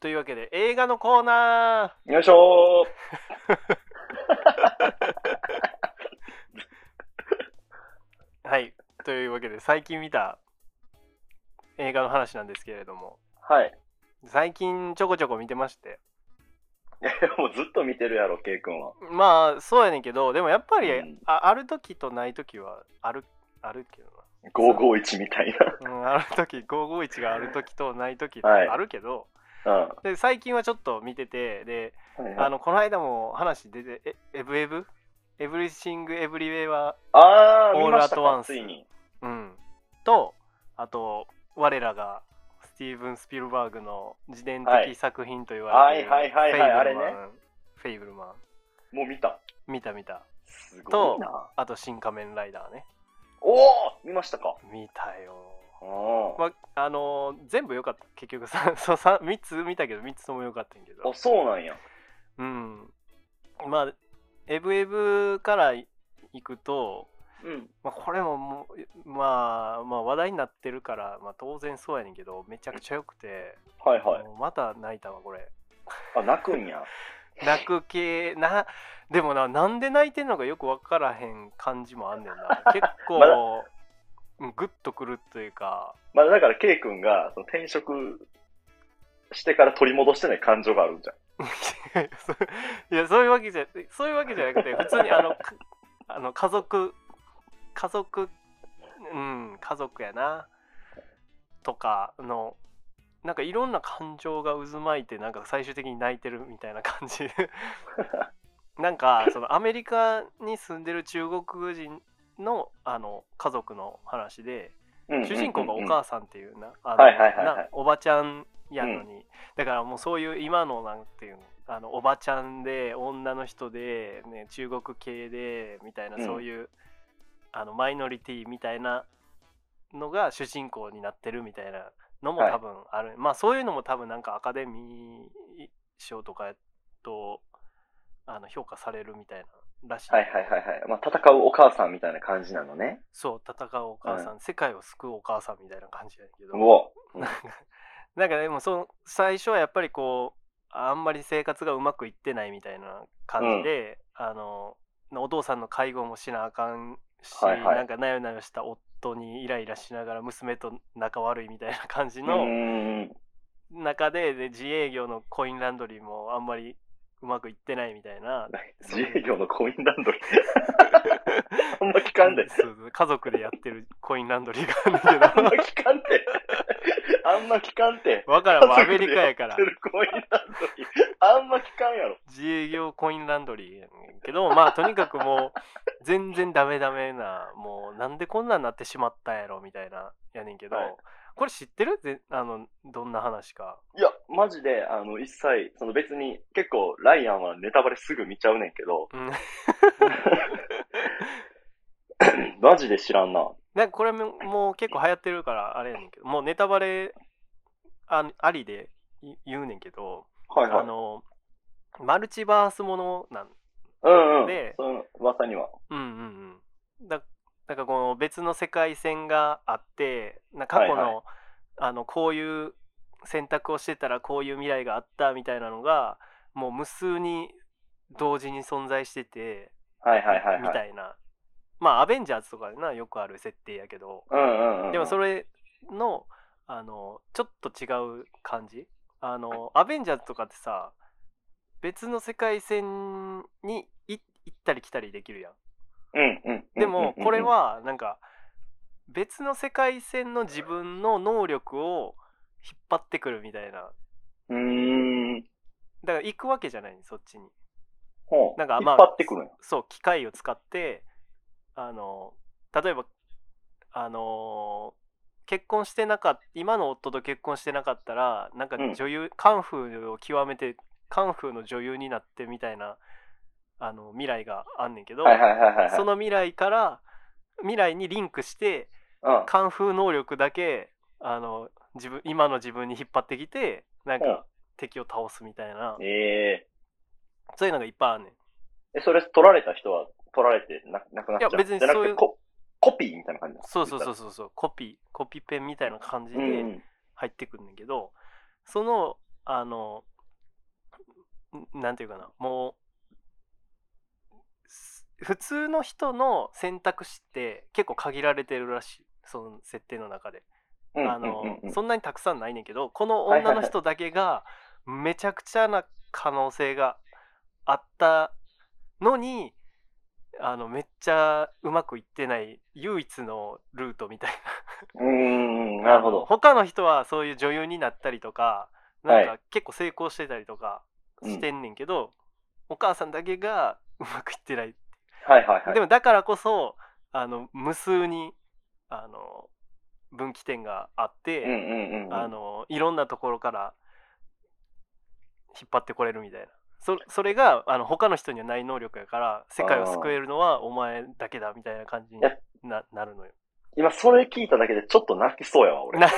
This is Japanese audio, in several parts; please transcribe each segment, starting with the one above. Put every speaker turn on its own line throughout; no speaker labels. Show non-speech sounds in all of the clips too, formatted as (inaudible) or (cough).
というわけで、映画のコーナ
よいしょ
ーはい。というわけで、最近見た映画の話なんですけれども、
ーはい。 (laughs)
最近ちょこちょこ見てまして。
いやもうずっと見てるやろ、ケイ君は。
まあ、そうやねんけど、でもやっぱり、
うん
あある時とない時はある、あるけど
551みたい
な。うん、ある時、551がある時とない時って
はい
あるけど、
な。うん。
で、最近はちょっと見てて、で、
はいはい
あの、この間も話出て、えエブエブエブリシング・エブリウェイは、
あ
オー
ー、見
ル
ま
ア
した
ットワ
か
ン、ス
ついに。
うん。と、あと、我らが、スティーブン・スピルバーグの自伝的作品と言われてる、
はいはいはいは
フェイブル
いはい
マン
あ
フェイブルマン。
もう見た。
見た見た。
すごいな。
あと、新仮面ライダーね。
おー見ましたか。
見たよ。
あ
まあのー全部良かった結局さ (laughs) そうさ3つ見たけど3つとも良かったんやけ
ーあ、
ど
そうなんや。
うんまあエブエブからい行くと、
うん。
まあ、これももうまあまあ話題になってるから、まあ、当然そうやねんけどめちゃくちゃ良くて、
はいはい。
もうまた泣いたわこれ
あ、泣くんや。
泣く系なでもななんで泣いてんのかよく分からへん感じもあんねんな
(laughs)
結
ま
構、うんグッとくるというか
まあだからケイ君がその転職してから取り戻してない感情があるんじゃん。
(laughs) いやそういうわけじゃそういうわけじゃなくて普通にあのかあの家族家族うん家族やなとかのなんかいろんな感情が渦巻いてなんか最終的に泣いてるみたいな感じなんかそのアメリカに住んでる中国人のあの家族の話で、
うんうんうんうん
主人公がお母さんっていうな、あの
はいはいはいはい
なおばちゃんやのに、だからもうそういう今のなんていうのあのおばちゃんで女の人で、ね、中国系でみたいな、
うん
そういうあのマイノリティみたいなのが主人公になってるみたいなのも
はい
多分ある、まあそういうのも多分なんかアカデミー賞とかやとあの評価されるみたいならしい、
はいはいはいはい。まあ戦うお母さんみたいな感じなのね。
そう戦うお母さん、世界を救うお母さんみたいな感じやけど
うお
なんかでもその最初はやっぱりこうあんまり生活がうまくいってないみたいな感じで、あのお父さんの介護もしなあかんし、
はいはい
なんかなよなよした夫にイライラしながら娘と仲悪いみたいな感じ
う
の
ーん。
中で,、で自営業のコインランドリーもあんまりうまくいってないみたいな
自営業のコインラン
(laughs)
ドリー。あんま聞かんで。
そうそう家族でやってるコインランドリーがあるんだ
(laughs) あ
け
ん
ど
ま聞かんて。あんま聞かんて。
わからんもうアメリカやから
家族でやってるコインランドリー。あんま聞かんやろ。
自営業コインランドリーやねんけど (laughs) まあとにかくもう全然ダメダメなもうなんでこんなんなってしまったんやろみたいなやねんけど、
はい
これ知ってるぜあのどんな話か
いや、マジで、あの、一切、その別に、結構、ライアンはネタバレすぐ見ちゃうねんけど、
うん
(laughs) マジで知らんな。
なんかこれももう結構流行ってるからあれやねんけどもうネタバレあありでい言うねんけど、
はいは
あ
い。
のマルチバースものなん
うんうん。
で
その噂には。
うんうんうん。だなんかこの別の世界線があってなんか過去の,、
はいは
あのこういう選択をしてたらこういう未来があったみたいなのがもう無数に同時に存在してて、
はいはいはい
み
はい。
たいなまあアベンジャーズとかでなよくある設定やけど、
うんうんうん。
でもそ
れ、
れのあのちょっと違う感じあのアベンジャーズとかってさ別の世界線にい行ったり来たりできるやん。
うんうんうんうんうん。
でもこれ、はなんか別の世界線の自分の能力を引っ張ってくるみたいな
うーん。
だから行くわけじゃないそっちに
ほう。
な
なん
か
んか
ま
ま
あ
あ。引っ張ってくるんや。
そう機械を使ってあの例えばあの結婚してなかった今の夫と結婚してなかったらなんか
うん
女優、カンフーを極めてカンフーの女優になってみたいなあの未来があんねんけど、
はいはいはいはいはい。
その未来から未来にリンクして
うん、
カンフー能力だけあの自分今の自分に引っ張ってきてなん
うん
か敵を倒すみたいな、
え
そういうのがいっぱいあるねん
ええ、それ取られた人は取られてななくなっちゃう。
いや別に
じゃなくて
そういう
ココピーみたいな感じなの。
そうそうそううそうそうコピーコピペンみたいな感じ
うんう
で
ん。
入ってくるんだけど、そのあのんなんていうかなもうす普通の人の選択肢って結構限られてるらしいその設定の中であの、そんなにたくさんないねんけどこの女の人だけがめちゃくちゃな可能性があったのにあのめっちゃうまくいってない唯一のルートみたいな
うんうんうん、なるほ
あの
ど。
他の人はそういう女優になったりとかなん
は
か結構成功してたりとかしてんねんけど、お母さんだけがうまくいってない、
はいはいはい。
でもだからこそあの無数にあの分岐点があって、
うんうんうん。
あのいろんなところから引っ張ってこれるみたいなそそれがあの他の人にはない能力やから世界を救えるのはお前だけだみたいな感じに
え
ななるのよ。
今それ聞いただけでちょっと泣きそうやわ、俺。
な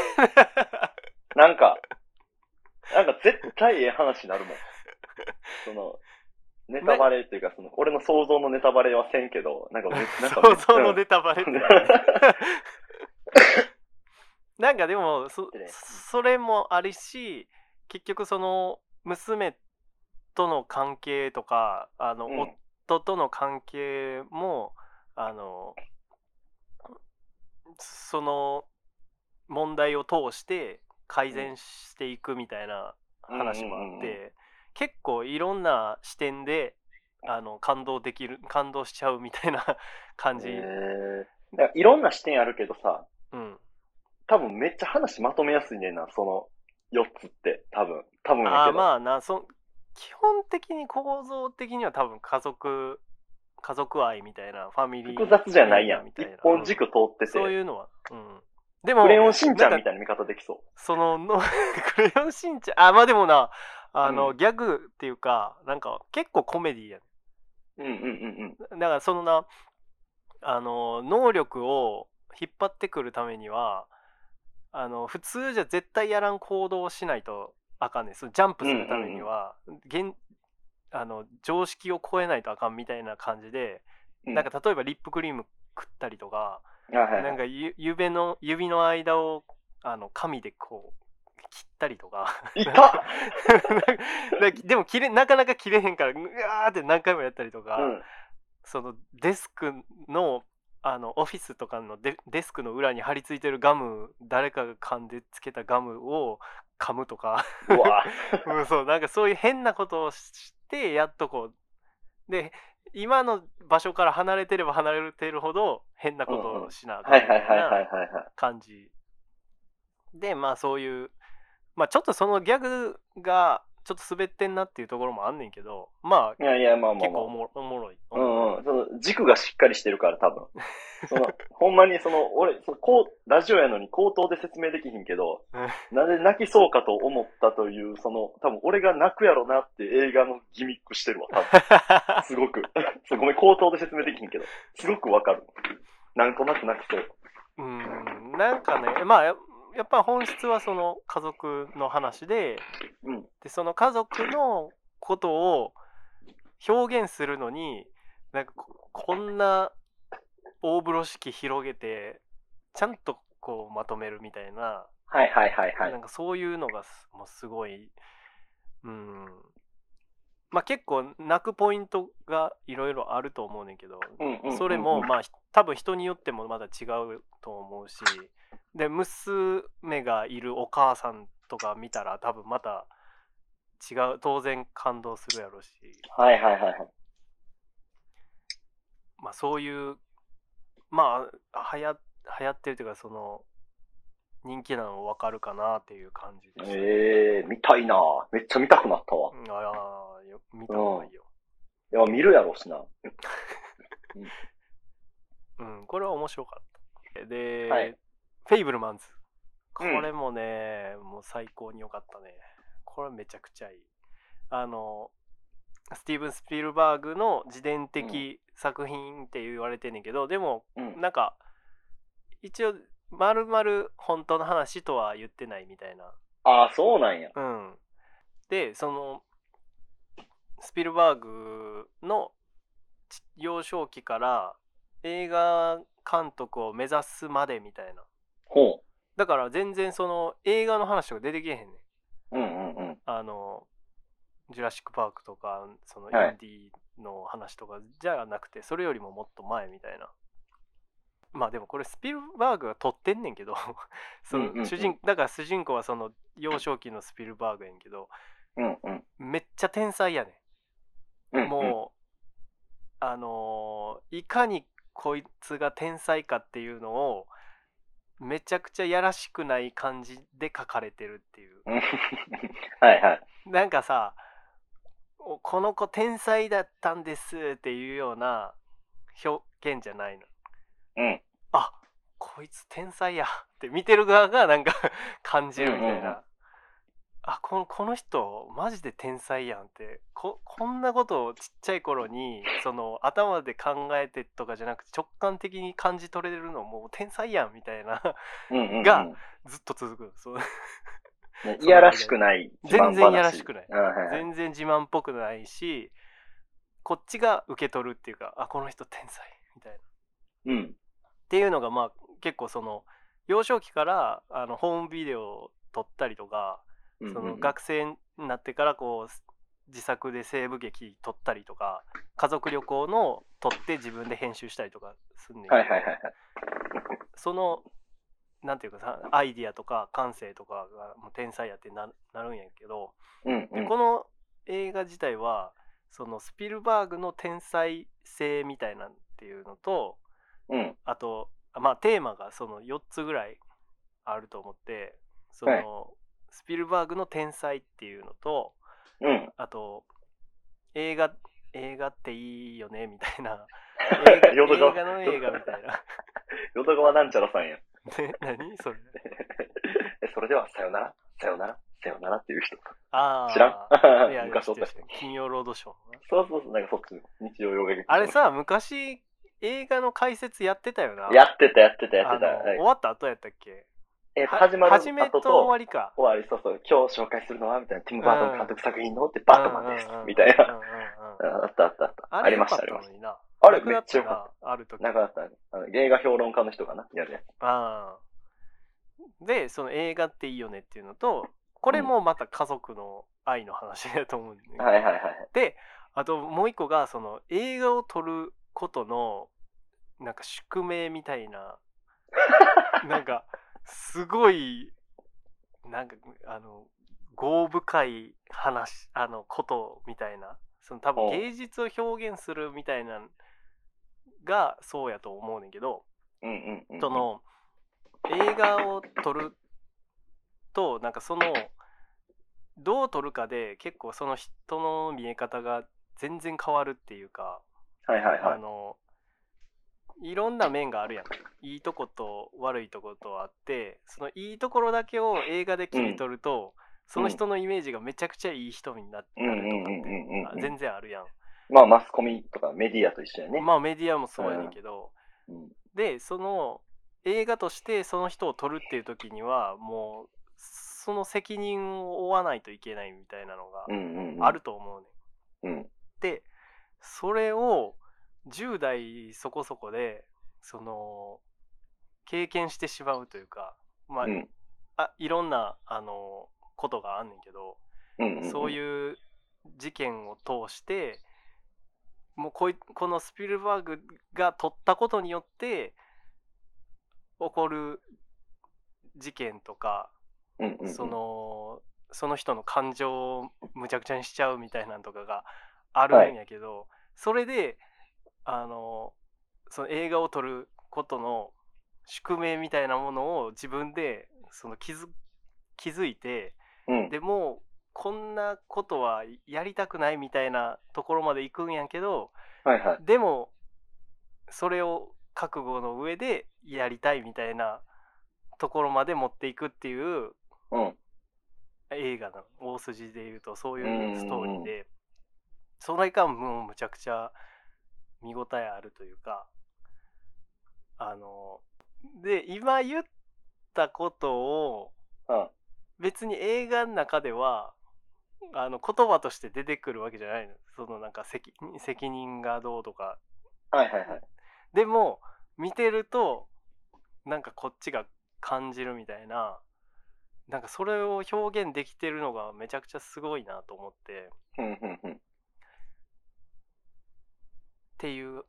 なんか、なんか絶対ええ話になるもん。 (laughs) その、ネタバレっていうか、その、俺の想像のネタバレはせんけど、なんかめ、なんかめ
想像のネタバレって
うん (laughs)
なんかでもそ
失礼
それもあるし結局その娘との関係とかあの、
うん
夫との関係もあのその問題を通して改善していくみたいな話もあって、
うんうんうん
結構いろんな視点であの感動できる感動しちゃうみたいな (laughs) 感じ、
へえなんかいろんな視点あるけどさ、
うん、
多分めっちゃ話まとめやすいねんな、その4つって、多分。多分や
あ
け
ー
ど。
まあなそ基本的に構造的には多分家族家族愛みたいなファミリー
複雑じゃないやん。
みた
一
いな
本軸通ってて、
そう
ク
いうのは、うん、でも
レヨンしんちゃんみ
な
たいな見方できそ
そのの (laughs) クレヨンしんちゃんあまあでもなあの、
う
ギャグっていうかなんか結構コメディやん
う。うんうんうん
だからそのなあの能力を引っ張ってくるためにはあの普通じゃ絶対やらん行動をしないとあかんねんそのジャンプするためには、現あの常識を超えないとあかんみたいな感じで、
うん。
なんか例えばリップクリーム食ったりとか、
うん、はいはい
なん
はい、
かゆ指の指の間をあの紙でこう切ったりとか
いた
(laughs) なんかでも切れなかなか切れへんからうわーって何回もやったりとか。
うん。
そのデスクのあのオフィスとかのデデスクの裏に貼り付いてるガム誰かが噛んでつけたガムを噛むとか (laughs)
うわ
うんそうなんかそういう変なことをししてやっとこうで今の場所から離れてれば離れてるほど変なことをしなあかん
は
み
いは
た
い
い
はいはい
な
はいはい。
感じでまあそういうまあちょっとそのギャグがちょっと滑ってんなっていうところもあんねんけどま
いやいや、まあ
あ
まあ
結構
まあ
お。もろおもろい。
うんうん。その軸がしっかりしてるから、
(laughs)
多分。その、ほんまに、その、俺、そのこう、ラジオやのに口頭で説明できひんけど、なぜ泣きそうかと思ったという、その、多分俺が泣くやろなって映画のギミックしてるわ、多分。すごく。 (laughs) そうごめん、口頭で説明できひんけど、すごくわかる。なんとなく泣きそう。
(laughs) うんなんかねまあややっぱり本質はその家族の話で
うん。
でその家族のことを表現するのになんかここんな大風呂敷広げてちゃんとこうまとめるみたいな,、
はいはいはいはい
なん。かそういうのがすもうすごいうんまあ結構泣くポイントがいろいろあると思うねんけど
うんうんうんうん
それもまあひ多分人によってもまだ違うと思うしで娘がいるお母さんとか見たら多分また違う当然感動するやろうし、
はいはいはいはい。
まあ、そういうまあ流行流行ってるというかその人気なの分かるかなっていう感じでした、
ええー、見たいなめっちゃ見たくなったわ。
うんああよ見た方がいいよ、
いや、見るやろうしな。
うん、これは面白かったで、
はい
フェイブルマンズこ
うん
れもね、もう最高に良かったねこれめちゃくちゃいいあのスティーブン・スピルバーグの自伝的作品って言われてんねんけど、でも
うん。
なんか一応まるまる本当の話とは言ってないみたいな
ああ、そうなんや。
うんでそのスピルバーグのち幼少期から映画監督を目指すまでみたいな
ほ
だから全然その映画の話とか出てけえへんねん
う。うんうんうん。
あのジュラシック・パークとかそのイ
はい
ンディーの話とかじゃなくて、それよりももっと前みたいなまあでもこれスピルバーグが撮ってんねんけど (laughs) その
うんうんうん
主人、だから主人公はその幼少期のスピルバーグやんけど
うんうん。
めっちゃ天才やねん
うんうん、
もう、あのーいかにこいつが天才かっていうのをめちゃくちゃやらしくない感じで書かれてるっていう
うん。はいはい。
なんかさおこの子天才だったんですっていうような表現じゃないの
うん。
あこいつ天才やって見てる側がなんか (laughs) 感じるみたいな、
うんうんうん
あこのこの人マジで天才やんってここんなことをちっちゃい頃にその頭で考えてとかじゃなくて直感的に感じ取れるのもう天才やんみたいな (laughs)
うんうん、うん。
がずっと続くそう
ね、いやらしくない。
全然いやらしくない
うんはいはい。
全然自慢っぽくないしこっちが受け取るっていうかあこの人天才みたいな。
うん。
っていうのがまあ結構その幼少期からあのホームビデオを撮ったりとか、
うんうん
その学生になってからこう自作で西部劇撮ったりとか家族旅行の撮って自分で編集したりとかすんねんけど
はいはいはいはい。
そのなんていうかさアイディアとか感性とかがもう天才やってななるんやけど、
うんう
で
ん。
この映画自体はそのスピルバーグの天才性みたいなんっていうのと
うん。
あとまあテーマがその4つぐらいあると思ってその、
はい
スピルバーグの天才っていうのと
うん。
あと映画映画っていいよねみたい
(laughs)
な映
淀
画
川
映画の映画みたいな (laughs)
淀川なんちゃらさんや。 (laughs)
で何それ
え、それでは、さよなら、さよなら、さよならっていう人。
ああ
知ら
い
ん
や
(laughs) 昔おった
知って。る知
人
ってる金曜ロードショーのな
そうそうそう、なんかそっちの日曜洋画劇場
あれ
(laughs)
さ昔映画の解説やってたよな
やってた、やってた、やってた。
あの
はい
終わった後やったっけ
えっと、
は
始まる
始めと
後
終わ
と、
りか
終わり、そうそう、今日紹介するのは、みたいな、ティム・バートン監督作品のって、バートマンです
うんうんう、ん
みたいな。
うんうんうん
あったあったあった。あ
あれ
り
良
ま
か
し、
ったた
ありまし
のにな。
あれ
なくな
めっちゃ良か
なある時
た。なかった、あの映画評論家の人かな、やるやつ。
ああで、その映画っていいよねっていうのと、これもまた家族の愛の話だと思うんだよね
はいはいはいはい。
で、あともう一個が、その映画を撮ることの、なんか宿命みたいな、なんか、すごい、なんか、あの、業深い話、あの、ことみたいな、その多分
お
芸術を表現するみたいなのがそうやと思うねんけど、
うんうんうん。
そ、の映画を撮るとなんかそのどう撮るかで結構その人の見え方が全然変わるっていうか、
はいはい
あ
は
のいろんな面があるやんいいとこと悪いとことあってそのいいところだけを映画で切り取ると、その人のイメージがめちゃくちゃいい人になって
い。うんうんうんうんうん
あ
うん。
全然あるやん、
まあ、マスコミとかメディアと一緒やね。
まあメディアもそうやねんけど、
うん
でその映画としてその人を撮るっていう時にはもうその責任を負わないといけないみたいなの
う
が
んうんうん。
ある。と思うね、
うん。
ん、でそれを10代そこそこでその経験してしまうというか、まあ
うん
あいろんなあのことがあんねんけど、
うんうん。
そう
う
いう事件を通してもうこいこのスピルバーグが撮ったことによって起こる事件とか、
んうんうん。
そ、のその人の感情をむちゃくちゃにしちゃうみたいなんとかがあるんやけど、それであのその映画を撮ることの宿命みたいなものを自分でその気づ気づいて、
うん。
でもこんなことはやりたくないみたいなところまで行くんやけど
はいはい。
でもそれを覚悟の上でやりたいみたいなところまで持っていくっていう
うん。
映画の大筋で言うとそう
うんうん
いううんストーリーでそれがもうむちゃくちゃ見応えあるというかあので今言ったことを
うん。
別に映画の中ではあの言葉として出てくるわけじゃないのそのなんか責任責任がどうとか
はいはいはい。
でも見てるとなんかこっちが感じるみたいななんかそれを表現できてるのがめちゃくちゃすごいなと思ってっ
うんうんうん。
ていう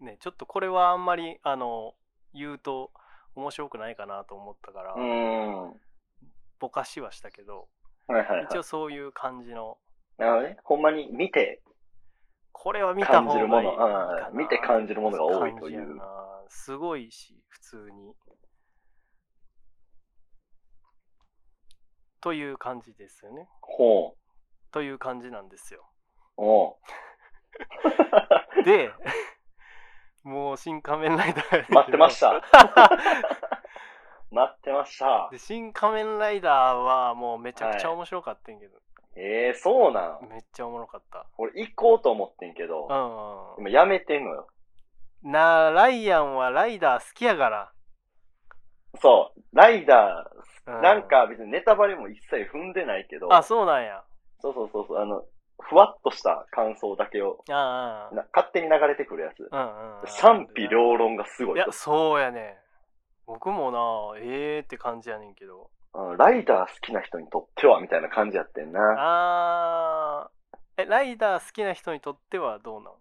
ねちょっとこれはあんまりあの言うと面白くないかなと思ったから、
うーん。は
ぼかしはしたけど
いはいはい。
一応そういう感じの
なるほどね。ほんまに見て、
これは見た
感
方
じ
がい
る
い
もの
かな
うん見て感じるものが多い
感
という
じやなすごいし普通にという感じですよね
ほう、
という感じなんですよ
おう。
で (laughs) もう「新仮面ライダーやねんけど」
待ってました。待ってました。
(laughs) で新仮面ライダーはもうめちゃくちゃ面白かったんけど、
ええー、そうなん。
めっちゃおもろかった
俺行こうと思ってんけど
う、ん、うん
今やめてんのよ。
なあライアンはライダー好きやから、
そう、ライダ
う
ー、なんか別にネタバレも一切踏んでないけど、
あそうなんや
そうそうそうそう、あの、ふわっとした感想だけを、
ああ
な勝手に流れてくるやつ。
うんうん、
賛否両論がすご
い
い
や
と。
そうやね僕もなええー、って感じやねんけど
うんライダー好きな人にとっては、みたいな感じやってんな。
あーえライダー好きな人にとってはどうなん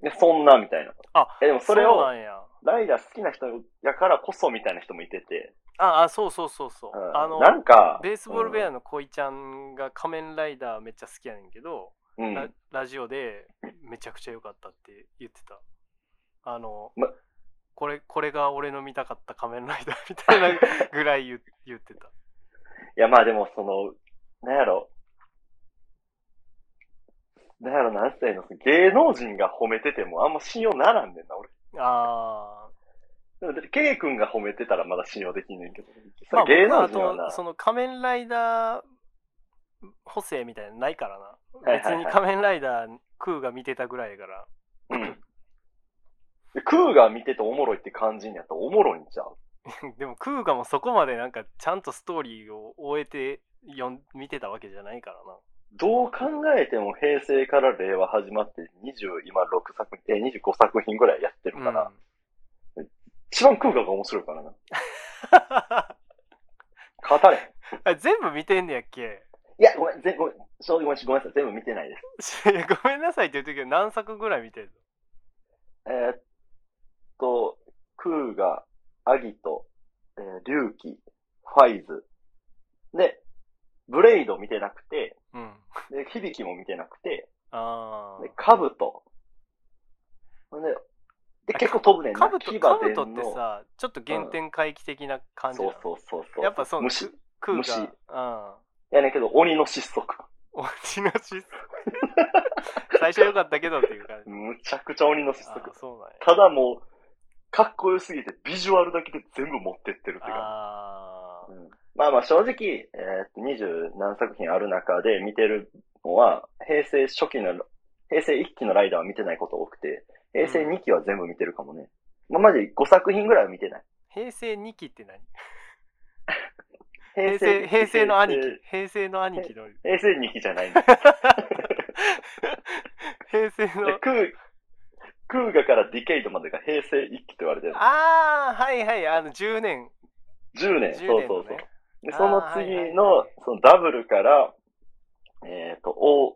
でそんな、みたいな。
あ
え、でもそれを
うなんや
ライダー好きな人やからこそみたいな人もいてて、
ああそうそうそうそう、
うん
あの
なんか、
ベースボールベア
の、
の恋ちゃんが仮面ライダーめっちゃ好きやねんけど、
うん、
ララジオでめちゃくちゃ良かったって言ってたあの、
ま
これこれが俺の見たかった仮面ライダーみたいなぐらい言言ってた
いや、まあでも、その、なんやろ。なんやろ、なんて言うの、芸能人が褒めててもあんま信用ならんねんな、俺。
あ
でもだってケイ君が褒めてたらまだ信用できんねんけど。
ーまあ
芸
僕は
能
あ
人はな
と、その仮面ライダー補正みたいなのないからな、
はいはいはい
別に仮面ライダー空が見てたぐらいやから (laughs)
うん。でクーが見てておもろいって感じにやったらおもろいんちゃう
でもクーガもそこまでなんかちゃんとストーリーを終えて読ん見てたわけじゃないからな
どう考えても平成から令和始まって20、今6作品、え、25作品ぐらいやってるから、
うん
一番空ーが面白いからな。語れん。
あ全部見てんねやっ (laughs) け (laughs)
いや、ごめん、ぜごめん、正直ごめんごめんなさい、全部見てないです。
いやごめんなさいって言うけど何作ぐらい見てる
えーっと、クーガ、アギト、えー、リュウキ、ファイズ。で、ブレイド見てなくて、
のうん
で、響きも見てなくて、
あ
で、カブト。ほんで、で、
あ
結構飛ぶ
あ
ねん
カ
な。
ブト
牙
カ
伝
ブトって
の
さちょっと原点回帰的な感じな
そ
の
うそうそうそう。
やっぱその
虫。い
クー
虫
ガうん
やねんけど、鬼の失速。
おちのし最初良かったけどっていう感じ
むちゃくちゃ鬼の失
あ
速。
そうなんや
ただもう、かっこよすぎて、ビジュアルだけで全部持ってってるって感じ。
あ
うんまあまあ正直、えーっと、二十何作品ある中で見てるのは、平成初期の、平成1期のライダーは見てないこと多くて、平成2期は全部見てるかもね。まあマジ5作品ぐらいは見てない。
平成2期って何
平
平成平成の兄貴
平
平成の兄貴
(laughs)
の
成平成2期じゃないんだ。
平成 (laughs) の
クー、クーガからディケイドまでが平成1期と言われてる。
ああはいはいあの10年
10年、
10
そう
年
そ
の
うそう
ね。
で、
あー
その次の、
はいはいはい
そのダブルから、えっ、と、オー、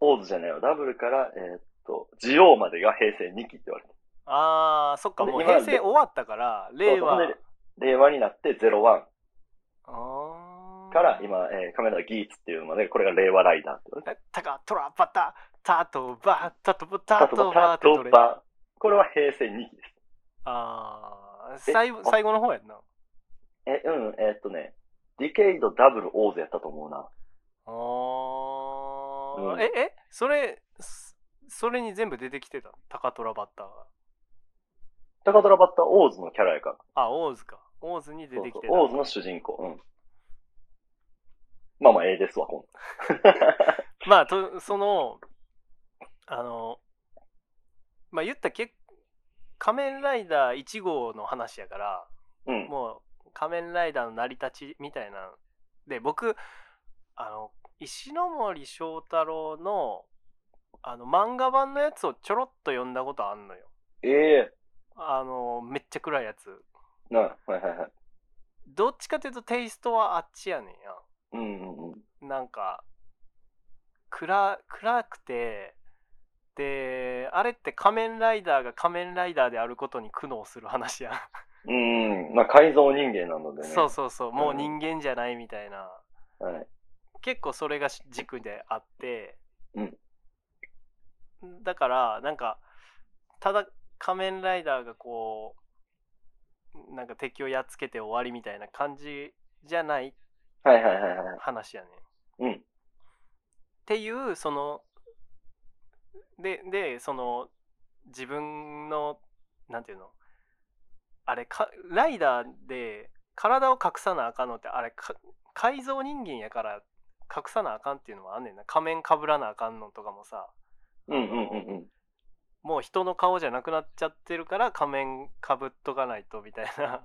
オーズじゃないよ。ダブルから、えっ、と、ジオーまでが平成2期って言われてる
ああそっか
で
もう
今
平成終わったから令和
そうそうほんで令和になって01
あー
から今、えー、カメラギーツっていうので、これが令和ライダーって言われて
タカトラパタタトバタトバタ
タト
ト
バタ
バって
ト
どれ
バ。これは平成2期です。
ああ
え
最後
あ
最後の方やんな
え、うん、えーっとね、ディケイドダブルオーズやったと思うな。
あー、
うん
ええそれそそれに全部出てきてたタカトラバッターが
タカトラバッターオーズのキャラやから。
あオーズかオーズに出てきてた
そうそうオーズの主人公。うん。まあまあ、ええですわ、ほん
まあとそのあのまあ言ったらけ仮面ライダー1号の話やから (laughs)
うん。
もう仮面ライダーの成り立ちみたいなんで僕あの石ノ森章太郎のあの漫画版のやつをちょろっと読んだことあんのよ
ええ
あのめっちゃ暗いやつ
な、はいはいはい。
どっちかというとテイストはあっちやねんや。
うんうんうん。
なんか暗暗くてであれって仮面ライダーが仮面ライダーであることに苦悩する話やん、
うんうん、まあ改造人間なのでね。
そうそうそうもう人間じゃないみたいな、
はい。
結構それが軸であって、
うん
だからなんかただ仮面ライダーがこうなんか敵をやっつけて終わりみたいな感じじゃない
はいはいはいはい。
話やねん
うん。
っていうそのででその自分のなんていうのあれかライダーで体を隠さなあかんのってあれか改造人間やから隠さなあかんっていうのもあんねんな仮面かぶらなあかんのとかもさ
うんうんうんうん。
もう人の顔じゃなくなっちゃってるから仮面かぶっとかないとみたいな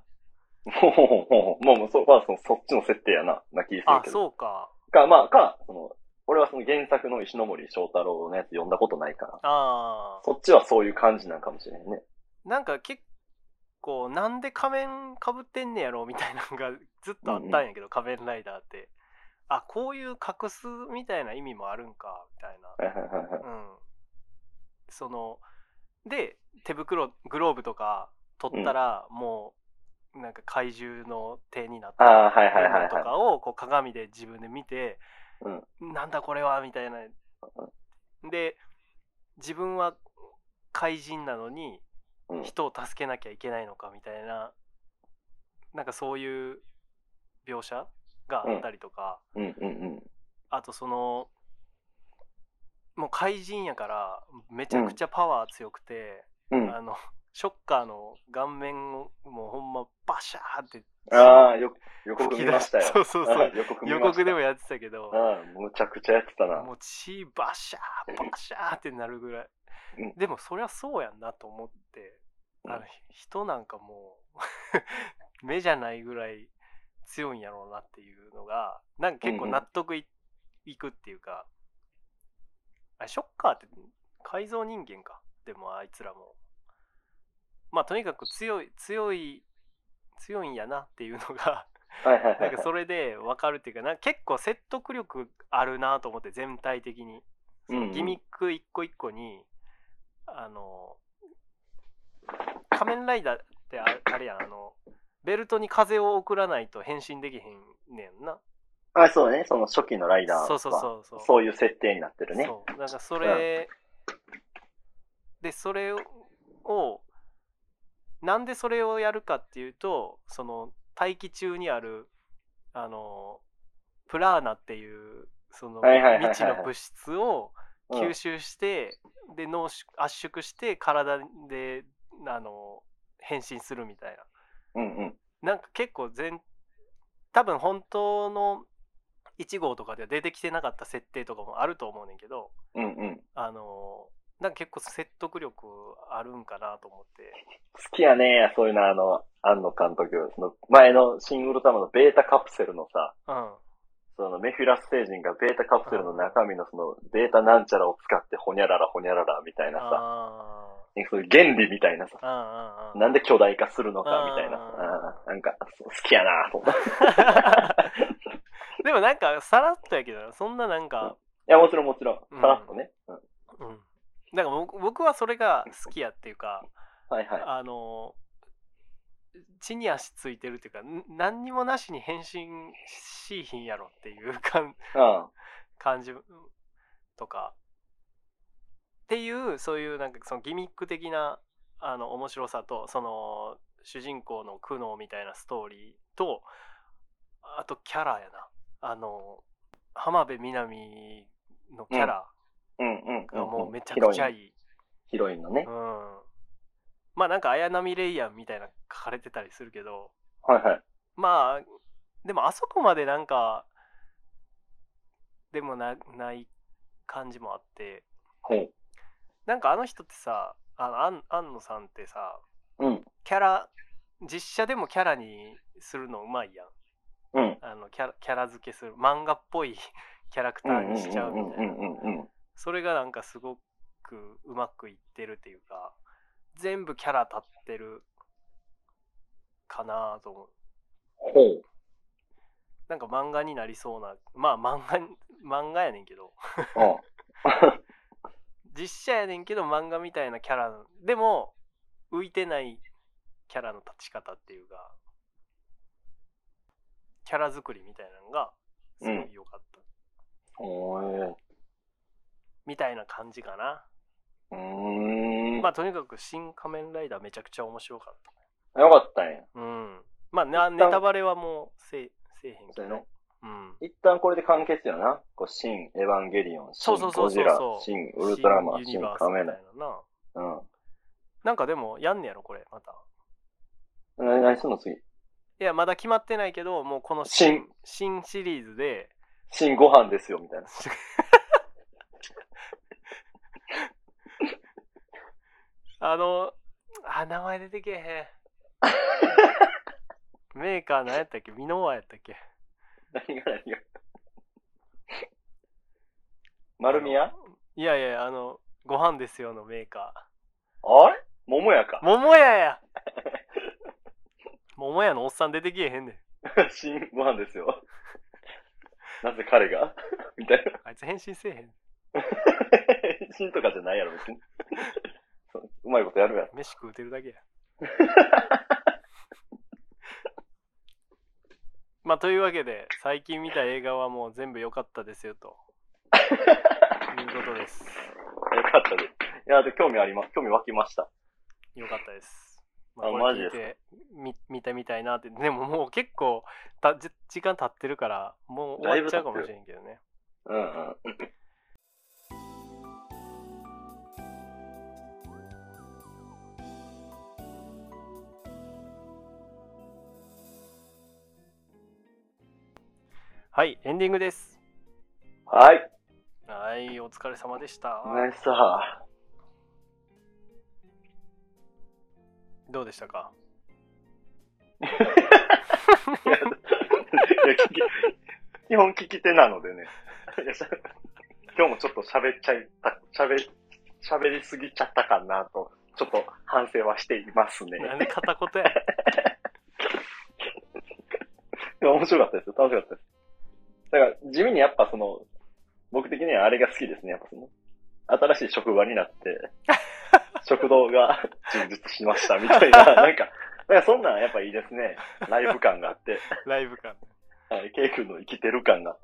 (laughs) ほうほうほう。まあもうそ、まあそのそっちの設定やな、な気する
あ
けど。
そうか
か、まあ、か、その、俺はその原作の石ノ森章太郎のやつ読んだことないから、
ああ
そっちはそういう感じなんかもしれんね。
なんか結構なんで仮面かぶってんねやろみたいなのが (laughs) ずっとあったんやけど、仮面ライダーってあこういう隠すみたいな意味もあるんかみたい
はいはいはいはい。
なうんそので手袋グローブとか取ったら、もうなんか怪獣の手になっ
あ
た
あ、はいはいはい
と
は
かをこう鏡で自分で見て、なんだこれはみたいなで自分は怪人なのに
い。うん、
人を助けなきゃいけないのかみたいななんかそういう描写があったりとか、
うん、うん、
あとそのもう怪人やからめちゃくちゃパワー強くて、
うん。うん。
あのショッカーの顔面をもうほんまバシャーって
ああ、よ、予告見ましたよ。
そうそうそう
あ (laughs) 予告見ま
予
した。
告でも
や
やってたけど
ああ、むちゃくちゃやってたな。
もう血バシャーバシャーってなるぐらい、
うん
でもそりゃそうやんなと思ってあの、
うん
人なんかもう (laughs) 目じゃないぐらい強いんやろうなっていうのがなんか結構納得い,、くっていうかあれショッカーって改造人間かでもあいつらもまあとにかく強い強い強いんやなっていうのが
はい (laughs) はいはいは。
ないんかそれで分かるっていうかなんか結構説得力あるなと思って全体的にそ
うんう
の
ん
ギミック一個一個に、あの仮面ライダーってああれやんあのベルトに風を送らないと変身できへんねんな
あ、そうね。その初期のライダーは。
そうそうそうそう
そういう設定になってるね。
そうなんかそれ、でそれをなんでそれをやるかっていうとその大気中にあるあのプラーナっていうその
はいはいはいはい
未知の物質を
うん
吸収して、で濃縮圧縮して体であの変身するみたいな
うんうん。
なんか結構全多分本当の1号とかでは出てきてなかった設定とかもあると思うねんけど、
うんうん。
あのなんか結構説得力あるんかなと思って
好きやね、そういうの、あの、庵野監督。その前のシングルタマのベータカプセルのさ、
うん
そのメフィラス星人がベータカプセルの中身のそのベータなんちゃらを使ってほにゃららほにゃららみたいなさ、
あ
なんかそういう原理みたいなさ、
ーあーあー
なんで巨大化するのかみたいなさ、
あ
あーなんかそう好きやなと思った。い
でもなんかさらっとやけどなそんななんか、
や、もちろんもちろん
う、ん
さらっとね。うん
うん、なんか僕僕はそれが好きやっていうか
はいはい。
あの地に足ついてるっていうかん何にもなしに変身しいひんやろっていう感
うん。
感じとかっていうそういうなんかそのギミック的なあの面白さとその主人公の苦悩みたいなストーリーとあとキャラやなあの浜辺美波のキャラ
うんうんうん。
がもうめちゃくちゃい
い。
い、
ヒロインのね
うん。まあなんか綾波レイヤーみたいな書かれてたりするけど、
はいはい。
まあでもあそこまでなんかでもなない感じもあって
ほう。
なんかあの人ってさあのあん庵野さんってさ
うん。
キャラ実写でもキャラにするのうまいやん
うん。
あのキャラキャラ付けする漫画っぽい (laughs) キャラクターにしちゃうみたいな
うんうんうんうんうん。
それがなんかすごくうまくいってるっていうか全部キャラ立ってるかなと思う
ほう。
なんか漫画になりそうなまあ漫画に漫画やねんけど
うん。
実写やねんけど漫画みたいなキャラのでも浮いてないキャラの立ち方っていうかキャラ作りみたいなのがすごい良かった、
(laughs) おー
みたいな感じかな、
うーん。
まあとにかく「新仮面ライダー」めちゃくちゃ面白かっ
よかったんや。
たうんまあなネタバレはもうせいせえへんけ
そう
ど、
やね
ね、うん
一旦これで完結やな。こう、新エヴァンゲリオン、
そ
新
うそうそ
ゴ
うそ
ジ
う
ラ
そ、う
新ウルトラマン、
新ユ
新
ニバース
仮面
み
ラ
た
イ
いなな
ダー。
なんかでもやんねやろこれまた
うん。な何すんの次
いやまだ決まってないけどもうこの
新
新シリーズで
新ご飯ですよ、みたいな。 (laughs)
(laughs) あの、あ、名前出てけへん。メーカー何やったっけミノワやったっけ
何が何が。丸宮あ
いやいや、あの、ご飯ですよのメーカ
れ桃屋か
ー。。桃屋や桃屋のおっさん出てけえへんねん。
新ご飯ですよ。なぜ彼が (laughs) みたいな。
あいつ変身せえへん。
新とかじゃないやろ、別に。 (laughs) そううまいことやるやろ。
飯食うてるだけや。 (laughs) まあ、というわけで、最近見た映画はもう全部良かったですよ、ということです。
よかったです。いや、で興味ありま、興味湧きました。
よかったです。まあ、
あ
これ
マジ
聞い
ですか
てみ見てみたいなって。でももう結構たじ時間経ってるから、もう終わっちゃうかもしれんけどね。
うんうん。
はい、エンディングです。
はい。
はい、お疲れ様でした。
お前さ、
どうでしたか
いや、いや (laughs) 聞き基本聞き手なのでね。いやしゃ今日もちょっと喋っちゃいた、喋、喋りすぎちゃったかなと、ちょっと反省はしていますね。
なんで片言や。
いや面白かったですよ。楽しかったです。だから、地味にやっぱその、僕的にはあれが好きですね。やっぱその、新しい職場に
(laughs)
なって、食堂が (laughs) 充実しましたみた
(laughs)
いな、なんか、なんかそんなんやっぱいいですね。ライブ感があって、
ライブ感。
はい、ケイ君の生きてる感が、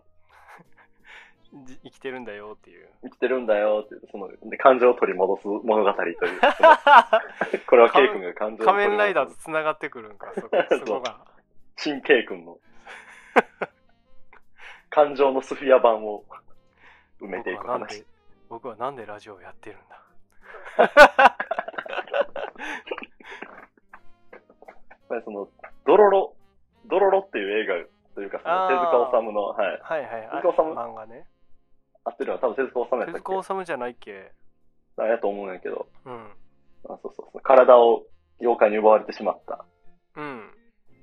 じ生きてるんだよって
(laughs)
いう。
生きてるんだよっていう、その、で感情を取り戻す物語という、そのこれはケイ君が感情
仮
を取り戻す。
面ライダーと繋がってくるんか、そこ
(laughs) そう
そこが。
新ケイ君の、感情のスフィア版を埋めてい
僕は
く
なん
話
で。僕はなんでラジオをやってるんだ
まあその、ドロロ、ドロロっていう映画というか、その
あ
手
ー
塚治虫の、はい、
はいはいはい。
手塚治虫
漫画ね。
合ってるのは多分手塚治虫や
手
ったっ
塚治虫じゃないっけ
けあやと思うんやけど、
うん。
あそうそうそう、体を妖怪に奪われてしまった。
うん。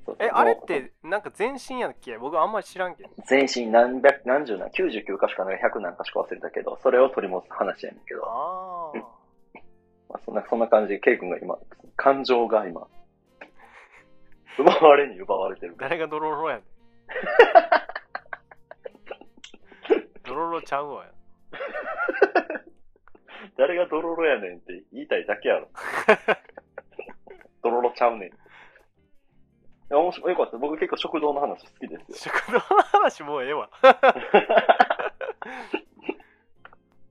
そうそう
え、あれ
も
っ
う
て、なんか全身やっけ僕あんまり知らんけど。
全身何百、何十何、99箇所かな、100何箇所か忘れたけど、それを取り戻す話やねんけど、
ああ。
まあ、そんな、そんな感じで、ケイ君が今、感情が今、奪われに奪われてる。
誰がドロロやね
(laughs)
ん。ドロロちゃうわよ。
誰がドロロやねんって言いたいだ
(laughs)
けやろ。ドロロちゃうねん。いや、面白い。よかった。僕結構食堂の話好きですよ。
食堂の話もうええわ。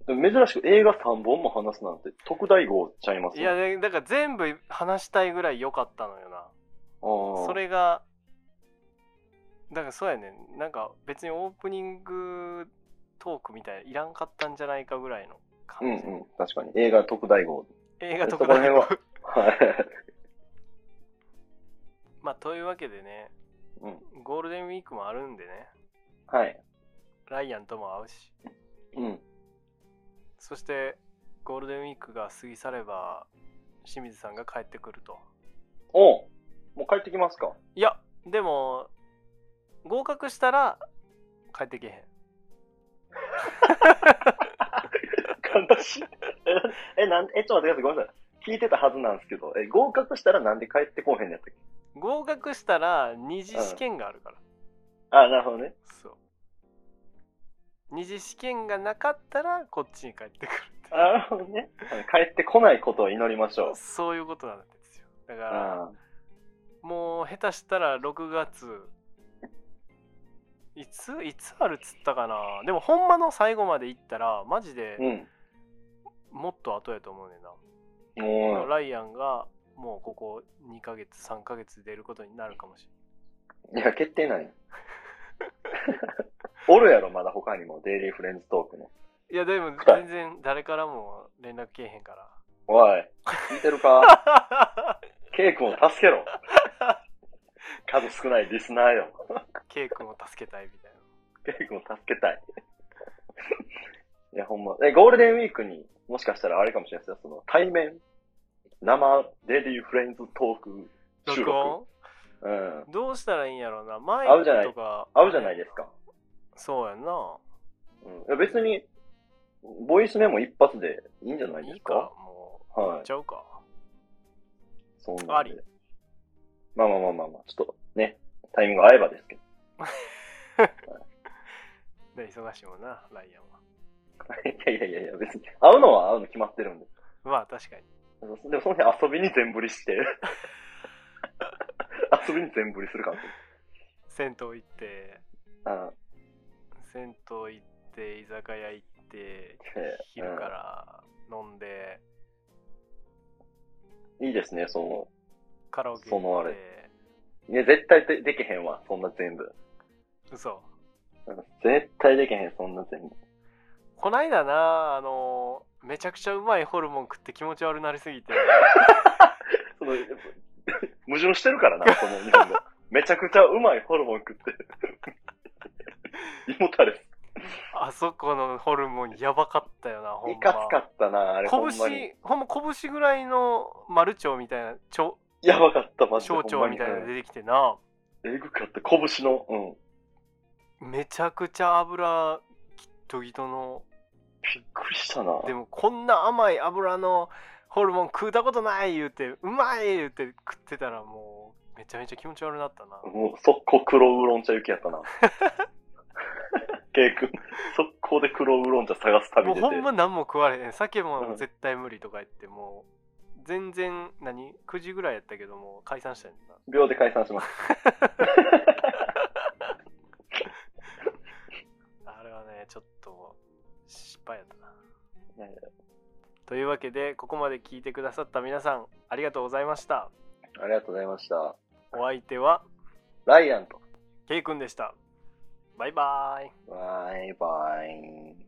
でも珍しく映画3本も話すなんて特大号ちゃいます
い
ね
や、でだから全部話したいぐらい良かったのよな。
あー
それが、だからそうやねん。なんか別にオープニングトークみたいないらんかったんじゃないかぐらいの
うん
感じ。
うん。確かに。映画特大号。 (laughs)
映画
え
特
そこら
大
辺は
の。
はい。
(laughs) まあというわけでね、
うん
ゴールデンウィークもあるんでね、
はい。
ライアンとも会うし、
うん。
そしてゴールデンウィークが過ぎ去れば、清水さんが帰ってくると。
おうもう帰ってき
(laughs)
ますか
いや、でも、合格したら帰ってけへん。
悲しい。え、なんえ、ちょっと待ってください。ごめんなさい。聞いてたはずなんですけど、え、合格したらなんで帰ってこうへんのやったっけ
合格したら二次試験があるから、
あ、なるほどね。
そう二次試験がなかったらこっちに帰ってくる
あなるほどね。帰ってこないことを祈りましょう。
そういうことなんですよだから
あ
もう下手したら6月いついつあるっつったかなでもほんまの最後まで行ったらマジで
うん。
もっと後やと思うねんな、
も
ライアンがもうここ2ヶ月3ヶ月出ることになるかもし
う、いや、決
(laughs)
定ない。おるやろ、まだ他にも。デイリーフレンズトーク
れ
の。
ないいやでも
は
(laughs)
い
全然誰からも連絡けえへんから
おい、聞いてるか
(laughs)
ケイ君を助けろ。数少ないリスナーよ。
ケイ君を助けたいみたいな
ケイ君を助けたい。いや、ほんま。え、ゴールデンウィークにもしかしたらあれかもしれないですよ。その、対面、生デイリーフレンズトーク収
録
録。
音
うん。
どうしたらいいんやろうなマイ
合うじゃな
ク
い
とか
合うじゃないですか。
そうやんな
うんいや、別に、ボイスメモ一発でいいんじゃないで
いい
す
か
か
もう
は
やっ
い
ち。ゃうか
そんなんで
あり
まあまあまあまあまあ、ちょっとね、タイミング合えばですけど。 (laughs)
で忙しいもんなライアンはい
やいやいやいや、別に。会うのは会うの決まってるんで。
まあ確かに
でもその日遊びに全振
(laughs)
りして。遊びに全振りするかもし
銭湯行って
れない。
銭湯行って居酒屋行って
ええ
昼から飲んで、
うんいいですね、その。
カラオケ
その
行
あ
っ
れ
て
いや、絶対でできへんわ、そんな全部。
嘘
うん絶対できへん、そんな全部。
こないだなあのめちゃくちゃうまいホルモン食って気持ち悪なりすぎ
(laughs)
て
その、 (laughs) 矛盾してるからな、この
(laughs)
日本語。めちゃくちゃうまいホルモン食って。 (laughs) 胃もたれす。
あそこのホルモンやばかったよなほん
い
ま
かつかったな、あれ、ほんまに。
拳ほんま拳ぐらいの丸腸みたいな腸
やばかった、マジで。
小腸みたいな
ほん
の
まに
出てきてな
うんえぐかった、拳の、うん。
めちゃくちゃ油ギットギトの
びっくりしたな。
でもこんな甘い油のホルモン食うたことない言うてうまい言うて食ってたらもうめちゃめちゃ気持ち悪なったな
もう、速攻黒ウーロン茶行き
(laughs)
やったな。ケイ君、速攻で黒ウーロン茶探す旅
もう
出て。
ほんま何も食われへん酒
う
も
ん
絶対無理とか言ってもう全然何9時ぐらいやったけども解散したんだ
秒で解散します。
なあれはねちょっと失敗やったない
やい
というわけでここまで聞いてくださった皆さんありがとうございました
ありがとうございました。
お相手は
ライアンと。
ケイくんでしたバイバーイ
バイバイ。